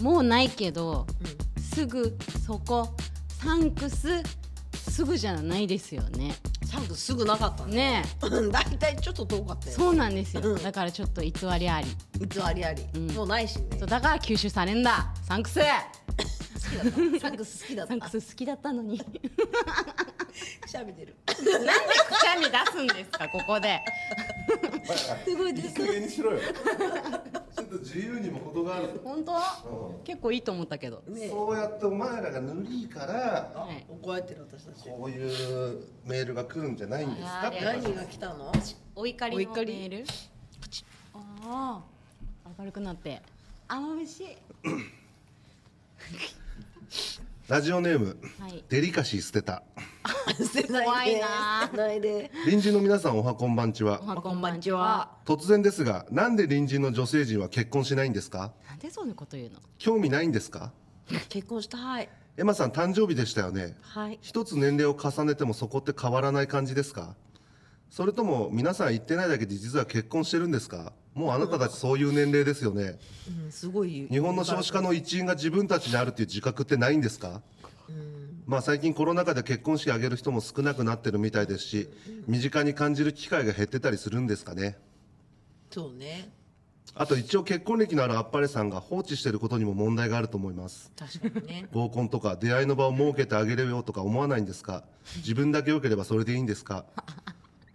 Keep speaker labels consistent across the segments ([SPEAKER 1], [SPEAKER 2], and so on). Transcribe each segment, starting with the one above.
[SPEAKER 1] もうないけどすぐそこサンクスすぐじゃないですよね
[SPEAKER 2] サンクスすぐなかったね
[SPEAKER 1] ね
[SPEAKER 2] 大体ちょっと遠かった
[SPEAKER 1] え
[SPEAKER 2] よ
[SPEAKER 1] そうなんですよ
[SPEAKER 2] うん
[SPEAKER 1] だからちょっと偽りあり
[SPEAKER 2] 偽りあり、
[SPEAKER 1] ん
[SPEAKER 2] もうないしね
[SPEAKER 1] そうだから吸収されんだサンクス
[SPEAKER 2] 好きだ ったサンクス好きだった
[SPEAKER 1] サンクス好きだったのに
[SPEAKER 2] しゃべってる
[SPEAKER 1] なんでくしゃみ出すんですかここで
[SPEAKER 2] すごいで
[SPEAKER 3] いい加減にしろ よちょっと自由にも程があるぞ
[SPEAKER 1] 本当
[SPEAKER 3] う
[SPEAKER 1] 結構いいと思ったけど
[SPEAKER 3] ん
[SPEAKER 2] ね
[SPEAKER 3] そうやってお前らがぬるいから
[SPEAKER 1] はい
[SPEAKER 2] 怒られてる私たち
[SPEAKER 3] こういうメールが来るんじゃないんですか
[SPEAKER 1] あ
[SPEAKER 3] っ
[SPEAKER 1] ー
[SPEAKER 3] て
[SPEAKER 2] 何が来たの
[SPEAKER 1] お怒り
[SPEAKER 2] お
[SPEAKER 1] の
[SPEAKER 2] 怒
[SPEAKER 1] メ
[SPEAKER 2] り
[SPEAKER 1] ールああ明るくなってあまぶしい
[SPEAKER 3] ラジオネーム、
[SPEAKER 1] はい
[SPEAKER 3] デリカシー捨てた
[SPEAKER 2] 捨てな
[SPEAKER 1] 怖
[SPEAKER 2] い
[SPEAKER 1] い
[SPEAKER 2] で
[SPEAKER 1] な
[SPEAKER 2] 捨てないで
[SPEAKER 3] 隣人の皆さんおはこんばんちは
[SPEAKER 1] おは
[SPEAKER 2] こんばんちは
[SPEAKER 3] 突然ですがなんで隣人の女性陣は結婚しないんですか
[SPEAKER 1] なんでそんなこと言うの
[SPEAKER 3] 興味ないんですか
[SPEAKER 2] 結婚したい
[SPEAKER 3] エマさん誕生日でしたよね
[SPEAKER 2] はい
[SPEAKER 3] 一つ年齢を重ねてもそこって変わらない感じですかそれとも皆さん言ってないだけで実は結婚してるんですかもうあなたたちそういう年齢ですよね
[SPEAKER 2] うんすごい
[SPEAKER 3] 日本の少子化の一因が自分たちにあるっていう自覚ってないんですか、まあ、最近コロナ禍で結婚式挙げる人も少なくなってるみたいですし身近に感じる機会が減ってたりするんですかね
[SPEAKER 2] そうね
[SPEAKER 3] あと一応結婚歴のあるあっぱれさんが放置してることにも問題があると思います
[SPEAKER 2] 確かにね
[SPEAKER 3] 合コンとか出会いの場を設けてあげるよとか思わないんですか自分だけ良ければそれでいいんです か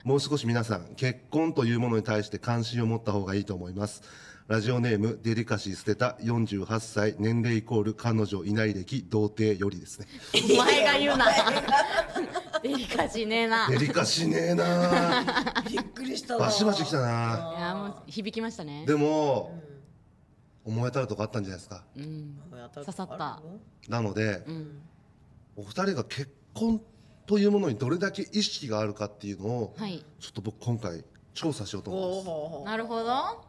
[SPEAKER 3] もう少し皆さん結婚というものに対して関心を持った方がいいと思いますラジオネームデリカシー捨てた48歳年齢イコール彼女いない歴童貞よりです ね
[SPEAKER 1] お前が言うなデリカシーねえな
[SPEAKER 3] デリカシーねえな あ
[SPEAKER 2] びっくりしたわ
[SPEAKER 3] バシバシ来たない
[SPEAKER 1] やもう響きましたね
[SPEAKER 3] でも、思えたるとこあったんじゃないですか
[SPEAKER 1] うん
[SPEAKER 2] 刺
[SPEAKER 1] 刺さった
[SPEAKER 3] なので、
[SPEAKER 1] ん
[SPEAKER 3] お二人が結婚というものにどれだけ意識があるかっていうのを、
[SPEAKER 1] はい
[SPEAKER 3] ちょっと僕今回調査しようと
[SPEAKER 2] お
[SPEAKER 3] 思います
[SPEAKER 2] お
[SPEAKER 1] なるほど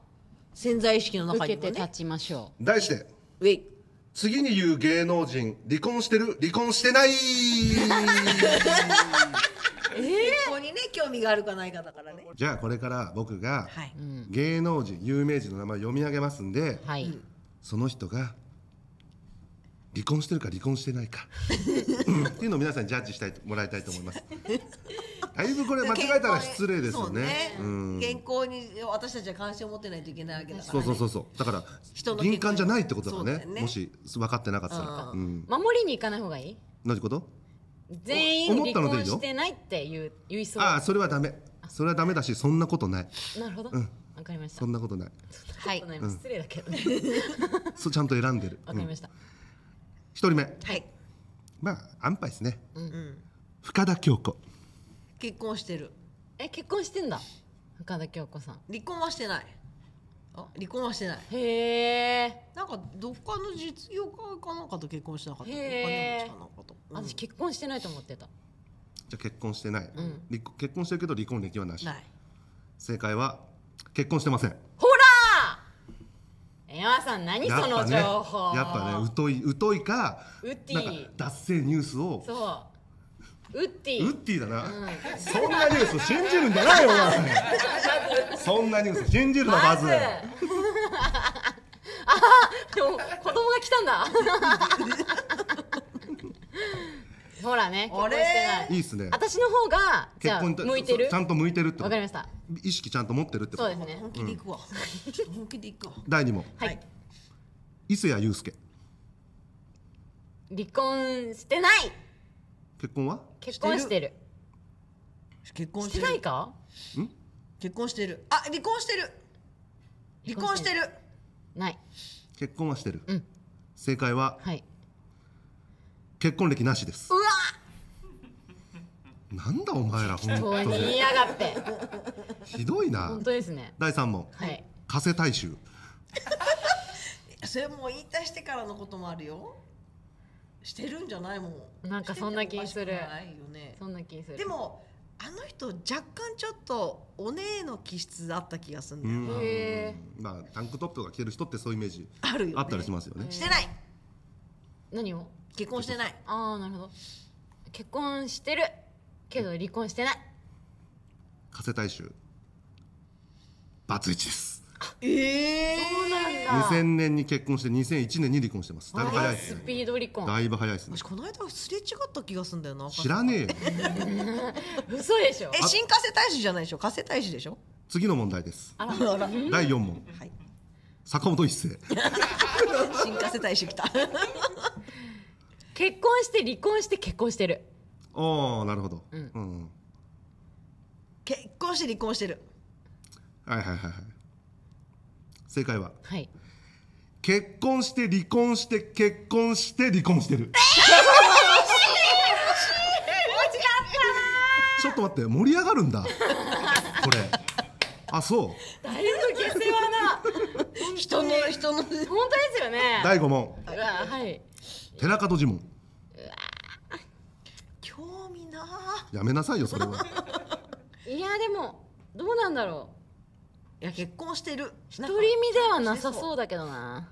[SPEAKER 2] 潜在意識の中
[SPEAKER 1] 受
[SPEAKER 2] に
[SPEAKER 1] けて
[SPEAKER 2] もね
[SPEAKER 1] 立ちましょ
[SPEAKER 3] 題して
[SPEAKER 2] ウェイ
[SPEAKER 3] 次に言う芸能人離婚してる離婚し てない
[SPEAKER 2] 結婚にね興味があるかないかだからね
[SPEAKER 3] じゃあこれから僕が
[SPEAKER 2] はいう
[SPEAKER 1] うん
[SPEAKER 3] 芸能人有名人の名前を読み上げますんで
[SPEAKER 1] はい
[SPEAKER 3] その人が離婚してるか離婚してない かうんっていうのを皆さんにジャッジしたいともらいたいと思いますだいぶこれ間違えたら失礼ですよね
[SPEAKER 2] そう
[SPEAKER 3] うん
[SPEAKER 2] 健康に私たちは関心を持ってないといけないわけだから、ね、
[SPEAKER 3] そうそうそうそうだから
[SPEAKER 2] 人の
[SPEAKER 3] 敏感じゃないってことだから
[SPEAKER 2] そうだ
[SPEAKER 3] ね
[SPEAKER 2] よね
[SPEAKER 3] もし分かってなかったら
[SPEAKER 2] う
[SPEAKER 3] うん
[SPEAKER 1] 守りに行かない方がいい
[SPEAKER 3] 何てこと
[SPEAKER 1] 全
[SPEAKER 3] 思っ
[SPEAKER 1] 員
[SPEAKER 3] た
[SPEAKER 1] 離
[SPEAKER 3] の
[SPEAKER 1] 婚
[SPEAKER 3] でいいよ
[SPEAKER 1] してないって言う言いそう
[SPEAKER 3] ああそれはダメそれはダメだしそんなことない
[SPEAKER 1] なるほど、わかりました
[SPEAKER 3] そんなことない
[SPEAKER 1] はい失礼だけどね
[SPEAKER 3] そうちゃんと選んでる、
[SPEAKER 1] わか
[SPEAKER 3] うん
[SPEAKER 1] り
[SPEAKER 3] 一
[SPEAKER 1] ました、
[SPEAKER 3] 人目
[SPEAKER 2] はい、
[SPEAKER 3] まあ安牌ですね
[SPEAKER 2] うん、
[SPEAKER 3] 深田恭子
[SPEAKER 2] 結婚してる
[SPEAKER 1] え結婚してんだ深田恭子さん
[SPEAKER 2] 離婚はしてないあ離婚はしてない
[SPEAKER 1] へえ
[SPEAKER 2] なんかどっかの実業家かなんかと結婚しなかったお
[SPEAKER 1] へー
[SPEAKER 2] 金持ちかなんかと、うん
[SPEAKER 1] 私結婚してないと思ってた
[SPEAKER 3] じゃあ結婚してない、離婚結婚してるけど離婚歴はなし
[SPEAKER 2] ない
[SPEAKER 3] 正解は結婚してません
[SPEAKER 1] ほら山さん何その
[SPEAKER 3] ね
[SPEAKER 1] 情報
[SPEAKER 3] やっぱね疎い疎いか
[SPEAKER 1] ウッディ
[SPEAKER 3] なんか脱線ニュースを
[SPEAKER 1] そうウッデ
[SPEAKER 3] ウ
[SPEAKER 1] ィ
[SPEAKER 3] ッディだな、そんなニュース信じるんじゃないよお前そんなニュース信じるなまず
[SPEAKER 1] まずあーでも子供が来たんだほらね結婚してない
[SPEAKER 3] いいっすね
[SPEAKER 1] 私の方がじゃあ
[SPEAKER 3] と
[SPEAKER 1] 向いてる
[SPEAKER 3] そうちゃんと向いてるってこと
[SPEAKER 1] わかりました
[SPEAKER 3] 意識ちゃんと持ってるってこ
[SPEAKER 1] そう
[SPEAKER 3] と
[SPEAKER 1] ですね
[SPEAKER 2] 本気で行くわ、本気で行くわ
[SPEAKER 3] 第2問
[SPEAKER 1] はい
[SPEAKER 3] 伊勢谷友介
[SPEAKER 1] 離婚してない
[SPEAKER 3] 結婚は
[SPEAKER 1] 結婚してる
[SPEAKER 2] 結婚
[SPEAKER 1] し
[SPEAKER 2] して
[SPEAKER 1] て
[SPEAKER 2] る
[SPEAKER 1] ないか
[SPEAKER 2] 結婚してるあ離婚してる離婚してる
[SPEAKER 1] ない
[SPEAKER 3] 結婚はしてる、
[SPEAKER 1] ん
[SPEAKER 3] 正解は
[SPEAKER 1] はい
[SPEAKER 3] 結婚歴なしです
[SPEAKER 1] うわ
[SPEAKER 3] なんだお前ら本
[SPEAKER 1] こ
[SPEAKER 3] 当
[SPEAKER 1] う言い
[SPEAKER 3] に
[SPEAKER 1] やがって
[SPEAKER 3] ひどいな
[SPEAKER 1] 本当ですね
[SPEAKER 3] 第3問
[SPEAKER 1] はい
[SPEAKER 3] 加瀬大衆
[SPEAKER 2] それもう引退してからのこともあるよしてるんじゃないもん
[SPEAKER 1] なんかそんな気する
[SPEAKER 2] しててもおかしくないよね
[SPEAKER 1] そんな気する
[SPEAKER 2] でもあの人若干ちょっとお姉の気質あった気がするんだよ、
[SPEAKER 3] うん
[SPEAKER 1] へ
[SPEAKER 3] まあタンクトップが着てる人ってそういうイメージ
[SPEAKER 2] あるよ、ね、
[SPEAKER 3] あったりしますよね
[SPEAKER 2] してない
[SPEAKER 1] 何を
[SPEAKER 2] 結婚してない
[SPEAKER 1] ああなるほど結婚してるけど離婚してない
[SPEAKER 3] 加瀬大衆バツイチです
[SPEAKER 2] ええ
[SPEAKER 1] そうなんだ
[SPEAKER 3] 2000年に結婚して2001年に離婚してますだいぶ早いです
[SPEAKER 1] ス
[SPEAKER 3] ね
[SPEAKER 1] ピード離婚
[SPEAKER 3] だいぶ早いですね
[SPEAKER 2] 私この間すれ違った気がするんだよな
[SPEAKER 3] 知らねえよ
[SPEAKER 1] 嘘でしょ
[SPEAKER 2] え新加瀬大使じゃないでしょ加瀬大使でし ょ
[SPEAKER 3] 次の問題です
[SPEAKER 1] あら
[SPEAKER 2] あら
[SPEAKER 3] 第4問
[SPEAKER 2] はい
[SPEAKER 3] 坂本一世
[SPEAKER 2] 新加瀬大使来 た
[SPEAKER 1] 結婚して離婚して結婚してる
[SPEAKER 3] ああなるほど、
[SPEAKER 1] うん
[SPEAKER 3] うん、
[SPEAKER 2] 結婚して離婚してる
[SPEAKER 3] はいはいはいはい正解は
[SPEAKER 1] はい
[SPEAKER 3] 結婚して離婚して結婚して離婚してるちょっと待って盛り上がるんだこれあそう
[SPEAKER 1] だいぶ下世話な本当で
[SPEAKER 2] 人の人の
[SPEAKER 1] すよね
[SPEAKER 3] 第5問
[SPEAKER 1] うわはい
[SPEAKER 3] 寺門ジモン
[SPEAKER 2] 興味なあ
[SPEAKER 3] やめなさいよそれはい
[SPEAKER 1] やでもどうなんだろ
[SPEAKER 2] いや結婚してる
[SPEAKER 1] う独り身ではなさそうだけどな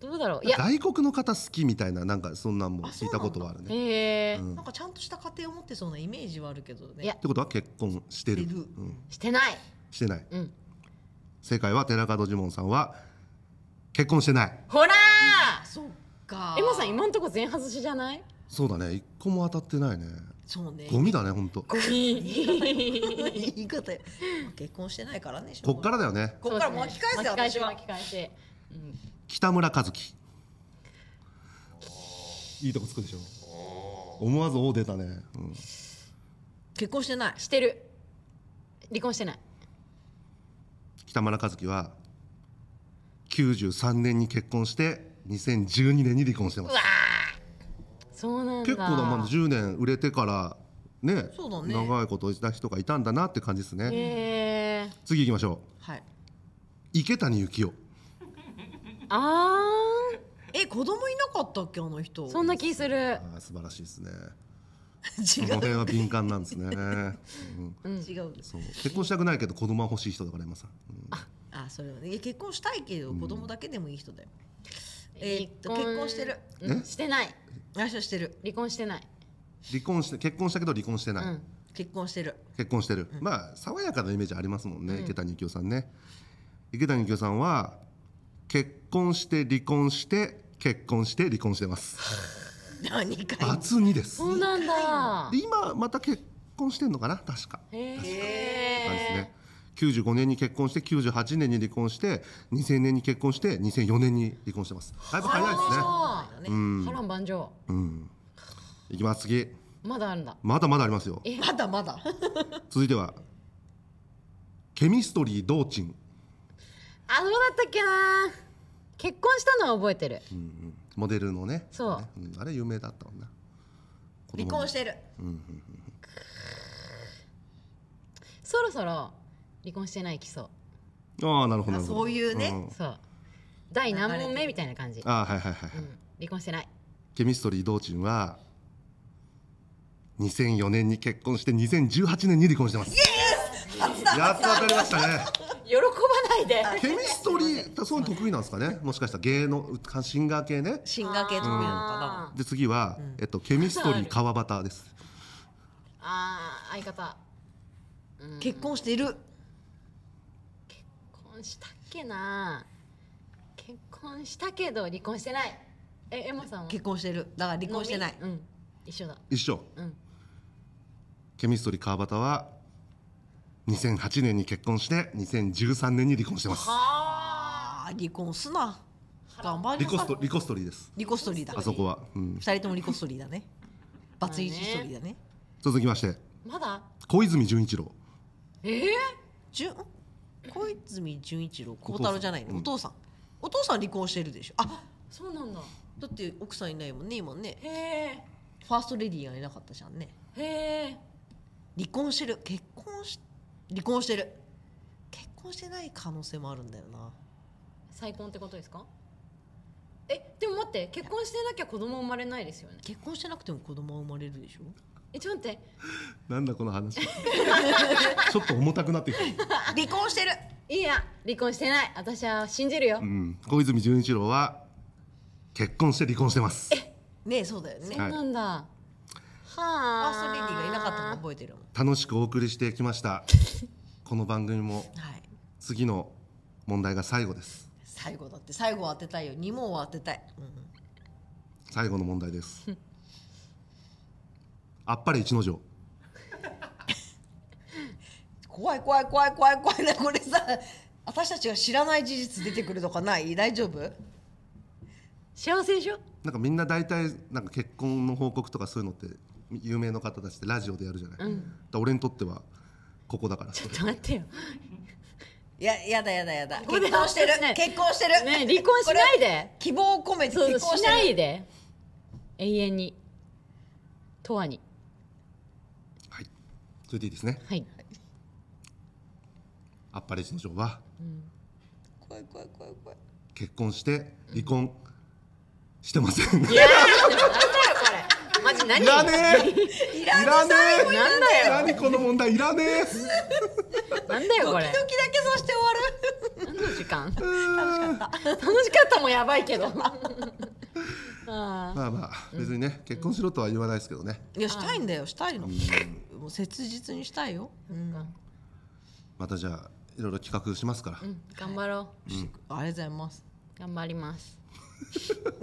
[SPEAKER 1] どうだろういや
[SPEAKER 3] 外国の方好きみたいななんかそんなんも聞いたことはあるね
[SPEAKER 1] へえ
[SPEAKER 3] うん
[SPEAKER 2] なんかちゃんとした家庭を持ってそうなイメージはあるけどね
[SPEAKER 1] いや
[SPEAKER 3] ってことは結婚してる
[SPEAKER 2] してる
[SPEAKER 3] うん、
[SPEAKER 1] してない
[SPEAKER 3] してない
[SPEAKER 1] うん
[SPEAKER 3] 正解は寺門ジモンさんは結婚してない
[SPEAKER 1] ほら
[SPEAKER 2] そっか
[SPEAKER 1] ーエマさん今んと こ全外しじゃない
[SPEAKER 3] そうだね一個も当たってないね
[SPEAKER 2] そうね
[SPEAKER 3] ゴミだねほんと
[SPEAKER 1] ゴミ
[SPEAKER 2] 言い方よ結婚してないからね
[SPEAKER 3] こっかららだよね
[SPEAKER 2] こっから巻き返せよ私は
[SPEAKER 1] 巻き返し巻き返し
[SPEAKER 3] 北村和樹いいとこつくでしょ思わず「お」出たね、うん
[SPEAKER 2] 結婚してない
[SPEAKER 1] してる離婚してない
[SPEAKER 3] 北村和樹は93年に結婚して2012年に離婚してます
[SPEAKER 1] そうなんだ
[SPEAKER 3] 結構だもん10年売れてからね
[SPEAKER 2] そうだね
[SPEAKER 3] 長いこといた人がいたんだなって感じです
[SPEAKER 1] へ
[SPEAKER 3] ね
[SPEAKER 1] え
[SPEAKER 3] 次行きましょ
[SPEAKER 2] はいう
[SPEAKER 3] 池谷幸雄
[SPEAKER 1] あ
[SPEAKER 2] え子供いなかったっけあの人
[SPEAKER 1] ーそんな気する
[SPEAKER 3] あー素晴らしいですね
[SPEAKER 2] 違
[SPEAKER 3] この辺
[SPEAKER 2] う
[SPEAKER 3] は敏感なんです ね、うん
[SPEAKER 2] 違うです
[SPEAKER 3] そう結婚したくないけど子供は欲しい人だから今さん、うん
[SPEAKER 2] あそれはねいや結婚したいけど子供だけでもいい人だよ、えーっと
[SPEAKER 1] 離
[SPEAKER 2] 結婚してる
[SPEAKER 1] うん
[SPEAKER 3] え
[SPEAKER 1] してない
[SPEAKER 2] あ人してる
[SPEAKER 1] 離婚してない
[SPEAKER 3] 離婚して結婚したけど離婚して
[SPEAKER 1] う
[SPEAKER 3] ない、
[SPEAKER 1] ん
[SPEAKER 2] 結婚してる
[SPEAKER 3] 結婚してる、まあ爽やかなイメージありますもんね、池谷幸雄さんね池谷幸雄さんは結婚して離婚して結婚して離婚してます
[SPEAKER 2] 何回も
[SPEAKER 3] 罰2です
[SPEAKER 1] そうなんだ
[SPEAKER 3] で今また結婚してんのかな確か
[SPEAKER 1] へえ
[SPEAKER 3] なんですね95年に結婚して98年に離婚して2000年に結婚して2004年に離婚してますだいぶ早いですね
[SPEAKER 1] あ
[SPEAKER 2] だ
[SPEAKER 1] ー
[SPEAKER 2] ね
[SPEAKER 1] 波乱万丈
[SPEAKER 3] うんいきます次
[SPEAKER 1] まだあるんだ
[SPEAKER 3] まだまだありますよ
[SPEAKER 1] え
[SPEAKER 2] まだまだ
[SPEAKER 3] 続いてはケミストリー道珍
[SPEAKER 1] あどうだったっけな結婚したのは覚えてる
[SPEAKER 3] モデルのね
[SPEAKER 1] そう
[SPEAKER 3] ねんあれ有名だったもんな子
[SPEAKER 2] 離
[SPEAKER 3] 供
[SPEAKER 2] 婚してる
[SPEAKER 1] そろそろ離婚してない基礎
[SPEAKER 3] ああなるほどな
[SPEAKER 2] あ
[SPEAKER 3] るほど
[SPEAKER 2] そういうね
[SPEAKER 3] ん
[SPEAKER 1] そう第何問目みたいな感じ、うん、
[SPEAKER 3] ああはいはいはい、はい
[SPEAKER 1] 離婚してない
[SPEAKER 3] ケミストリー道珍は2004年に結婚して2018年に離婚してますやっと分かりましたね
[SPEAKER 1] 喜ばないで
[SPEAKER 3] ケミストリーそういうの得意なんですかねもしかしたら芸能シンガー系ね
[SPEAKER 2] シンガー系得意なのか
[SPEAKER 3] で次は、えっと、ケミストリー川端です
[SPEAKER 1] あー相方
[SPEAKER 2] な結婚してる
[SPEAKER 1] 結婚したっけな結婚したけど離婚してないえエマさんは
[SPEAKER 2] 結婚してるだから離婚してない
[SPEAKER 1] のみうん一緒だ
[SPEAKER 3] 一緒、
[SPEAKER 1] うん
[SPEAKER 3] ケミストリー川端は2008年に結婚して2013年に離婚してます
[SPEAKER 2] あー離婚すな頑張りな
[SPEAKER 3] リコ
[SPEAKER 2] さ
[SPEAKER 3] ス
[SPEAKER 2] い
[SPEAKER 3] トリコストリーです
[SPEAKER 2] 離婚ストーリーだ
[SPEAKER 3] あそこは、うん、
[SPEAKER 2] 二人とも離婚ストーリーだねバツイチストーリーだね
[SPEAKER 3] 続きまして
[SPEAKER 1] まだ
[SPEAKER 3] 小泉純一郎
[SPEAKER 1] ええ
[SPEAKER 2] じゅん小泉純一郎孝太郎じゃないのお父さんお父さん離婚してるでしょあ
[SPEAKER 1] そうなんだ
[SPEAKER 2] だって奥さんいないもんね今ね
[SPEAKER 1] へえ
[SPEAKER 2] ファーストレディーがいなかったじゃんね
[SPEAKER 1] へえ
[SPEAKER 2] 離婚してる結婚し離婚してる結婚してない可能性もあるんだよな
[SPEAKER 1] 再婚ってことですかえでも待って結婚してなきゃ子供生まれないですよね
[SPEAKER 2] 結婚してなくても子供は生まれるでしょ
[SPEAKER 1] えちょっと待って
[SPEAKER 3] なんだこ の話ちょっと重たくなってきた、
[SPEAKER 2] 離婚してる
[SPEAKER 1] いいや離婚してない私は信じるよ、
[SPEAKER 3] うん、小泉純一郎は結婚して離婚してます
[SPEAKER 2] ねえそうだよね
[SPEAKER 1] そう
[SPEAKER 2] ファ
[SPEAKER 1] なんだはあ
[SPEAKER 2] ーストレディーがいなかったの覚えてるもん
[SPEAKER 3] 楽しくお送りしてきましたこの番組も
[SPEAKER 2] はい
[SPEAKER 3] 次の問題が最後です
[SPEAKER 2] 最後だって最後は当てたいよ2問は当てたい、うん
[SPEAKER 3] 最後の問題ですあっぱれ一の城
[SPEAKER 2] 怖い怖い怖い怖い怖いなこれさ私たちが知らない事実出てくるとかない大丈夫
[SPEAKER 1] 幸せでしょ
[SPEAKER 3] なんかみんな大体なんか結婚の報告とかそういうのって有名の方たちってラジオでやるじゃない、だから俺にとってはここだから
[SPEAKER 1] ちょっと待ってよ
[SPEAKER 2] いややだやだやだ結
[SPEAKER 1] これ
[SPEAKER 2] 婚してる
[SPEAKER 1] ね
[SPEAKER 2] 結婚してる、
[SPEAKER 1] ね離婚しないで
[SPEAKER 2] これ希望を込めて
[SPEAKER 1] そう
[SPEAKER 2] 結
[SPEAKER 1] そう
[SPEAKER 2] 婚し
[SPEAKER 1] して
[SPEAKER 2] る
[SPEAKER 1] ないで永遠に永遠に
[SPEAKER 3] はいそれでいいですね
[SPEAKER 1] はい
[SPEAKER 3] あっぱれ一の城は
[SPEAKER 2] 怖い怖い怖い怖い
[SPEAKER 3] 結婚して離婚してません、い
[SPEAKER 1] マジ何
[SPEAKER 3] らねえい
[SPEAKER 2] いらん
[SPEAKER 3] らねえ
[SPEAKER 1] なんだよ
[SPEAKER 3] 何この問題いらねえ
[SPEAKER 1] なんだよこ
[SPEAKER 2] ドキ
[SPEAKER 1] れ
[SPEAKER 2] ドキだけさして 終わる
[SPEAKER 1] 何の時間
[SPEAKER 3] 楽しかった
[SPEAKER 1] 楽しかったもんやばいけどあ
[SPEAKER 3] まあまあ別にね結婚しろとは言わないですけどね
[SPEAKER 2] いやしたいんだよしたいのもう切実にしたいよ、うん
[SPEAKER 3] またじゃあいろいろ企画しますから、
[SPEAKER 1] ーうん頑張ろ
[SPEAKER 2] ありがとうございます
[SPEAKER 1] う頑張ります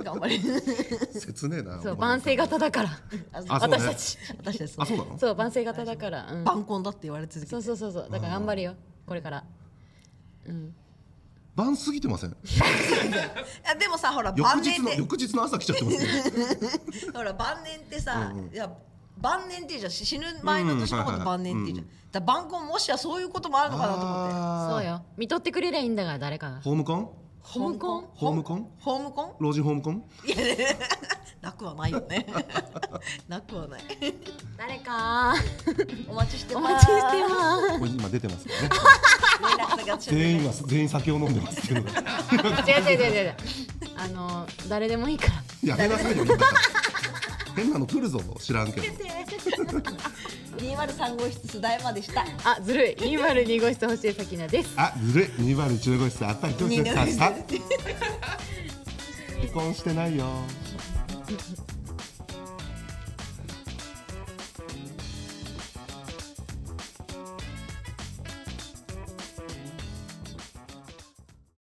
[SPEAKER 2] 頑張れ
[SPEAKER 3] 切ねえな
[SPEAKER 1] そう
[SPEAKER 3] お前
[SPEAKER 1] 万世型だから
[SPEAKER 3] あそうね
[SPEAKER 1] 私たち
[SPEAKER 2] 私たちそ
[SPEAKER 3] あ
[SPEAKER 2] う
[SPEAKER 3] そうなの
[SPEAKER 1] そう万世型だからうん
[SPEAKER 2] 晩婚だって言われ続けて
[SPEAKER 1] そうそうそうそうだから頑張るよこれから
[SPEAKER 3] 晩過ぎてません
[SPEAKER 2] あでもさほら
[SPEAKER 3] 翌
[SPEAKER 2] 晩年
[SPEAKER 3] 日の
[SPEAKER 2] って
[SPEAKER 3] 翌日の朝来ちゃってますね
[SPEAKER 2] ほら晩年ってさ、いや晩年っていうじゃん死ぬ前の年のこと晩年っていうじゃん、だから晩婚もしやそういうこともあるのかなと思って
[SPEAKER 3] あ
[SPEAKER 1] そうよ見とってくれりゃいいんだから誰かが
[SPEAKER 3] ーホームコン
[SPEAKER 1] ホームコン
[SPEAKER 3] ホームコン
[SPEAKER 2] ホームコン
[SPEAKER 3] 老人ホームコン
[SPEAKER 2] いやいやなくはないよね なくはない
[SPEAKER 1] 誰か
[SPEAKER 2] お待ちして
[SPEAKER 1] お
[SPEAKER 2] ます
[SPEAKER 1] 待ちしてま
[SPEAKER 3] これ今出てますからね
[SPEAKER 2] 連絡先教えて
[SPEAKER 3] 全員今全員酒を飲んでますけど
[SPEAKER 1] す違う違う違う違うあの誰でもいいから
[SPEAKER 3] やめなさいよみんな変なの来るぞ知らんけど
[SPEAKER 2] 203号室須田山でした
[SPEAKER 1] あずるい202号室星江咲菜です
[SPEAKER 3] あずるい2番1号室あったりとしてささ離婚してないよ